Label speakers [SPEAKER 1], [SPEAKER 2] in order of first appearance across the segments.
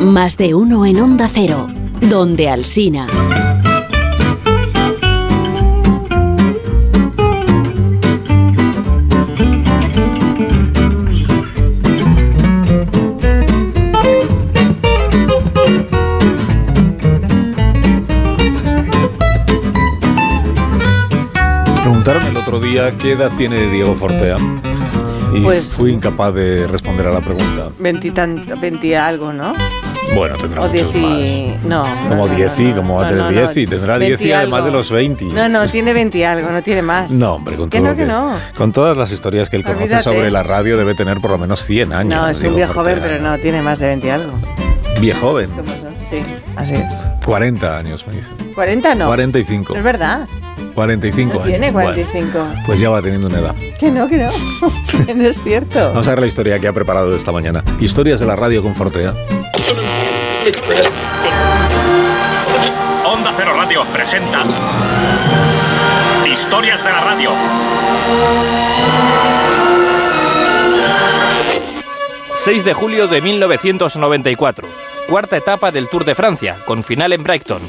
[SPEAKER 1] Más de uno en Onda Cero, donde Alsina.
[SPEAKER 2] Preguntaron el otro día qué edad tiene Diego Fortea. Y
[SPEAKER 3] Pues-
[SPEAKER 2] fui incapaz de responder a la pregunta.
[SPEAKER 3] Veintitanto, veinti algo, ¿no?
[SPEAKER 2] Bueno, tendrá
[SPEAKER 3] O
[SPEAKER 2] muchos
[SPEAKER 3] dieci...
[SPEAKER 2] más.
[SPEAKER 3] No. no,
[SPEAKER 2] Como
[SPEAKER 3] no,
[SPEAKER 2] 10 y
[SPEAKER 3] no,
[SPEAKER 2] como va a
[SPEAKER 3] no,
[SPEAKER 2] tener
[SPEAKER 3] no,
[SPEAKER 2] 10 y
[SPEAKER 3] no,
[SPEAKER 2] tendrá 10 y
[SPEAKER 3] 20
[SPEAKER 2] además de
[SPEAKER 3] algo.
[SPEAKER 2] los 20.
[SPEAKER 3] No, no, tiene 20 algo, no tiene más.
[SPEAKER 2] No, hombre, con
[SPEAKER 3] Que
[SPEAKER 2] todo
[SPEAKER 3] no,
[SPEAKER 2] lo
[SPEAKER 3] que
[SPEAKER 2] que-
[SPEAKER 3] no.
[SPEAKER 2] con todas las historias que él conoce
[SPEAKER 3] Olvídate.
[SPEAKER 2] sobre la radio debe tener por lo menos 100 años.
[SPEAKER 3] no, es un
[SPEAKER 2] Diego
[SPEAKER 3] viejo joven,
[SPEAKER 2] Fortea.
[SPEAKER 3] pero no, tiene más de 20 algo.
[SPEAKER 2] Viejo joven,
[SPEAKER 3] ¿Cómo son? Sí, así es.
[SPEAKER 2] 40 años me dicen.
[SPEAKER 3] 40 no.
[SPEAKER 2] 45.
[SPEAKER 3] No Es verdad.
[SPEAKER 2] 45
[SPEAKER 3] No
[SPEAKER 2] años.
[SPEAKER 3] tiene
[SPEAKER 2] Bueno,
[SPEAKER 3] 45.
[SPEAKER 2] pues ya va teniendo una edad.
[SPEAKER 3] Que no, que no. Que no es cierto.
[SPEAKER 2] Vamos a ver la historia que ha preparado esta mañana. Historias de la radio con Fortea.
[SPEAKER 4] Onda Cero Radio presenta Historias de la Radio.
[SPEAKER 5] ...6 de julio de 1994, cuarta etapa del Tour de Francia, con final en Brighton.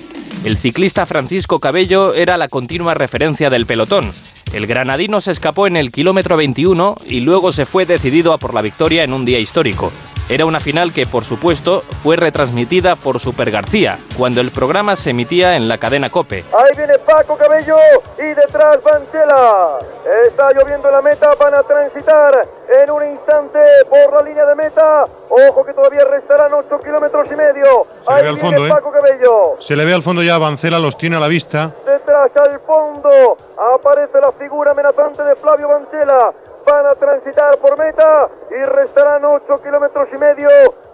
[SPEAKER 5] El ciclista Francisco Cabello era la continua referencia del pelotón. El granadino se escapó en el kilómetro 21 y luego se fue decidido a por la victoria en un día histórico. Era una final que, por supuesto, fue retransmitida por Super García, cuando el programa se emitía en la cadena Cope.
[SPEAKER 6] Ahí viene Paco Cabello y detrás Banchela. Está lloviendo la meta, van a transitar en un instante por la línea de meta. Ojo que todavía restarán 8 kilómetros y medio.
[SPEAKER 7] Se le
[SPEAKER 6] Ahí
[SPEAKER 7] ve al
[SPEAKER 6] viene
[SPEAKER 7] fondo, ¿eh?
[SPEAKER 6] Paco Cabello.
[SPEAKER 7] Se le ve al fondo ya, Bancela los tiene a la vista.
[SPEAKER 6] Detrás al fondo aparece la figura amenazante de Flavio Banchela. Van a transitar por meta y restarán 8 kilómetros y medio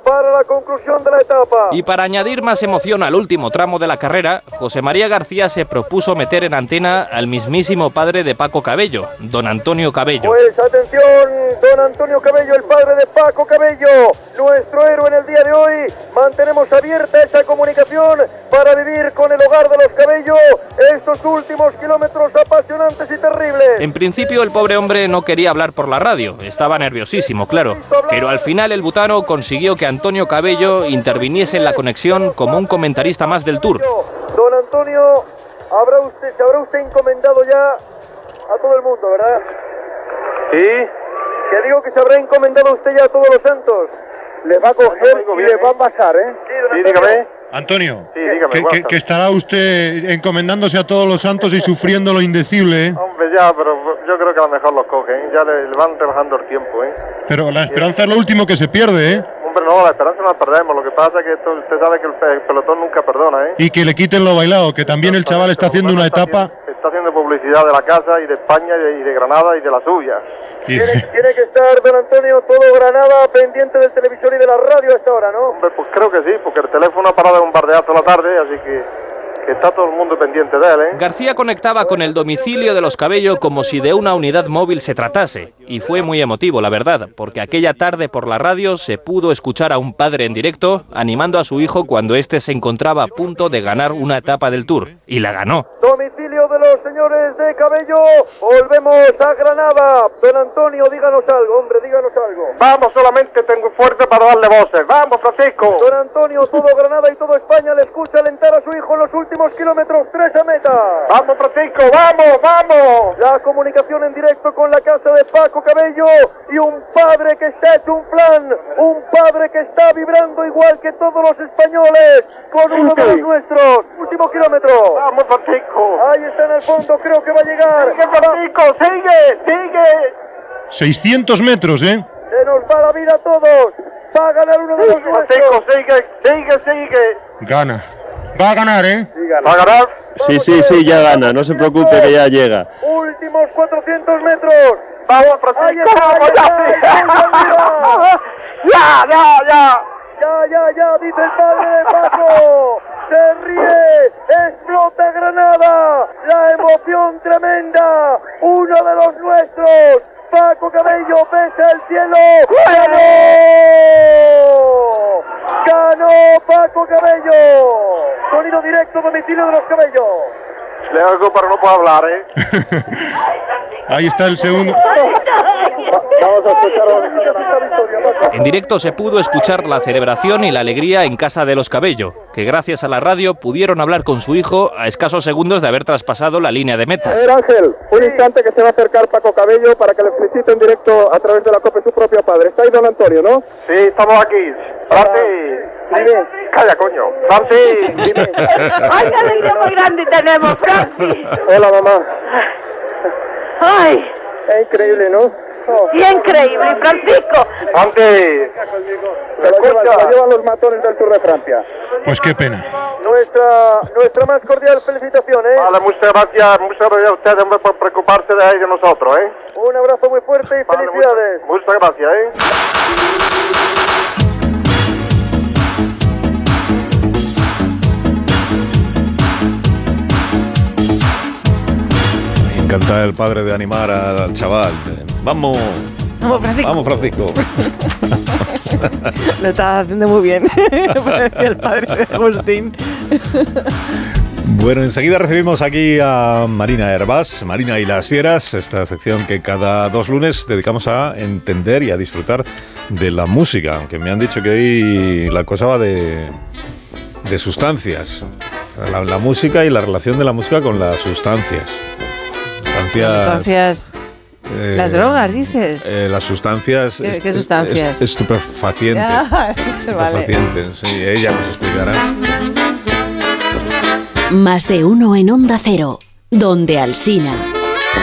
[SPEAKER 6] para la conclusión de la etapa.
[SPEAKER 5] Y para añadir más emoción al último tramo de la carrera, José María García se propuso meter en antena al mismísimo padre de Paco Cabello, don Antonio Cabello.
[SPEAKER 6] Pues atención, don Antonio Cabello, el padre de Paco Cabello, nuestro héroe en el día de hoy. Mantenemos abierta esa comunicación para vivir con el hogar de los Cabello estos últimos kilómetros apasionantes y terribles.
[SPEAKER 5] En principio el pobre hombre no quería hablar por la radio, estaba nerviosísimo, claro, pero al final el butano consiguió que Antonio Cabello interviniese en la conexión como un comentarista más del tour.
[SPEAKER 6] Don Antonio, habrá usted, se habrá usted encomendado ya a todo el mundo, ¿verdad? Sí. Que digo que se habrá encomendado usted ya a todos los santos. Les va a coger y les va a pasar, ¿eh? Sí, dígame.
[SPEAKER 7] Antonio,
[SPEAKER 6] Sí, dígame,
[SPEAKER 7] que, que- que estará usted encomendándose a todos los santos y sufriendo lo indecible, ¿eh?
[SPEAKER 6] Hombre, ya, pero yo creo que a lo mejor los cogen, ya le, le van rebajando el tiempo, ¿eh?
[SPEAKER 7] Pero la esperanza es lo último que se pierde, ¿eh?
[SPEAKER 6] Hombre, no, la esperanza no la perdemos, lo que pasa es que esto- usted sabe que el, pe- el pelotón nunca perdona, ¿eh?
[SPEAKER 7] Y que le quiten lo bailado, que también el chaval está haciendo una etapa.
[SPEAKER 6] Está haciendo publicidad de la casa y de España y de, y de Granada y de la suya.
[SPEAKER 7] y-
[SPEAKER 6] que estar, don Antonio, todo Granada pendiente del televisor y de la radio a esta hora, ¿no? Hombre, pues creo que sí, porque el teléfono ha parado un bardeazo a la tarde, así que, que está todo el mundo pendiente de él, ¿eh?
[SPEAKER 5] García conectaba con el domicilio de los Cabello como si de una unidad móvil se tratase, y fue muy emotivo, la verdad, porque aquella tarde por la radio se pudo escuchar a un padre en directo animando a su hijo cuando éste se encontraba a punto de ganar una etapa del Tour, y la ganó.
[SPEAKER 6] Domicilio de los señores de Cabello. Volvemos a Granada. Don Antonio, díganos algo, hombre, díganos algo. Vamos, solamente tengo fuerte para darle voces. Vamos, Francisco. Don Antonio, todo Granada y todo España le escucha alentar a su hijo en los últimos kilómetros. Tres a meta. Vamos, Francisco, vamos, vamos. La comunicación en directo con la casa de Paco Cabello y un padre que está hecho un plan. Un padre que está vibrando igual que todos los españoles. Con uno de los nuestros. Último kilómetro. Vamos, Francisco. Ahí está en el fondo, creo que va a llegar. Sigue, Francisco, sigue, sigue.
[SPEAKER 7] 600 metros, ¿eh?
[SPEAKER 6] Se nos va la vida a todos. Va a ganar uno de los nuestros. Sigue, sigue, sigue.
[SPEAKER 7] Gana. Va a ganar, ¿eh?
[SPEAKER 6] Va a ganar.
[SPEAKER 8] Sí, sí, sí, ya gana, no se preocupe que ya llega.
[SPEAKER 6] Últimos 400 metros. Vamos, Francisco. Vamos, ya, ya, ya, ya. Ya, ya, ya, dice el padre de Paco. Se ríe, explota Granada. La emoción tremenda. Uno de los nuestros. Paco Cabello besa el cielo. ¡Ganó! ¡Ganó Paco Cabello! Sonido directo domicilio de los Cabellos. Le hago para no puedo hablar, ¿eh?
[SPEAKER 7] Ahí está el segundo.
[SPEAKER 6] Vamos a escuchar a victoria.
[SPEAKER 5] En directo se pudo escuchar la celebración y la alegría en casa de los Cabello, que gracias a la radio pudieron hablar con su hijo a escasos segundos de haber traspasado la línea de
[SPEAKER 6] A
[SPEAKER 5] meta.
[SPEAKER 6] ver, Ángel, un instante que se va a acercar Paco Cabello para que le felicite en directo a través de la COPE su propio padre. Está ahí don Antonio, ¿no? Sí, estamos aquí. Franci, calla, coño. Franci,
[SPEAKER 9] ¡Ay, qué alegría muy grande tenemos, Francis!
[SPEAKER 6] Hola, mamá.
[SPEAKER 9] ¡Ay,
[SPEAKER 6] Es increíble, ¿no?
[SPEAKER 9] qué increíble, Francisco!
[SPEAKER 6] Franci, se lo llevan, se lo llevan los matones del Tour de Francia.
[SPEAKER 7] Pues qué pena.
[SPEAKER 6] Nuestra, nuestra más cordial felicitación, ¿eh? Vale, muchas gracias, muchas gracias a ustedes hombre, por preocuparse de ellos nosotros, ¿eh? Un abrazo muy fuerte y felicidades. muchas gracias, ¿eh?
[SPEAKER 2] Me encanta el padre de animar al, al chaval. Vamos,
[SPEAKER 3] Vamos, Francisco.
[SPEAKER 2] vamos Francisco.
[SPEAKER 3] Lo está haciendo muy bien. Parecía el padre de Agustín.
[SPEAKER 2] Bueno, enseguida recibimos aquí a Marina Herbás, Marina y las Fieras, esta sección que cada dos lunes dedicamos a entender y a disfrutar de la música, aunque me han dicho que hoy la cosa va de, de sustancias, la, la música y la relación de la música con las sustancias. Sustancias.
[SPEAKER 3] Sustancias.
[SPEAKER 2] eh,
[SPEAKER 3] Las drogas, dices.
[SPEAKER 2] eh, las sustancias.
[SPEAKER 3] ¿Qué-
[SPEAKER 2] est-
[SPEAKER 3] qué
[SPEAKER 2] est-
[SPEAKER 3] sustancias?
[SPEAKER 2] est- estupefacientes.
[SPEAKER 3] Ah, se vale.
[SPEAKER 2] Estupefacientes, sí, ella nos explicará.
[SPEAKER 1] Más de uno en Onda Cero, donde Alsina.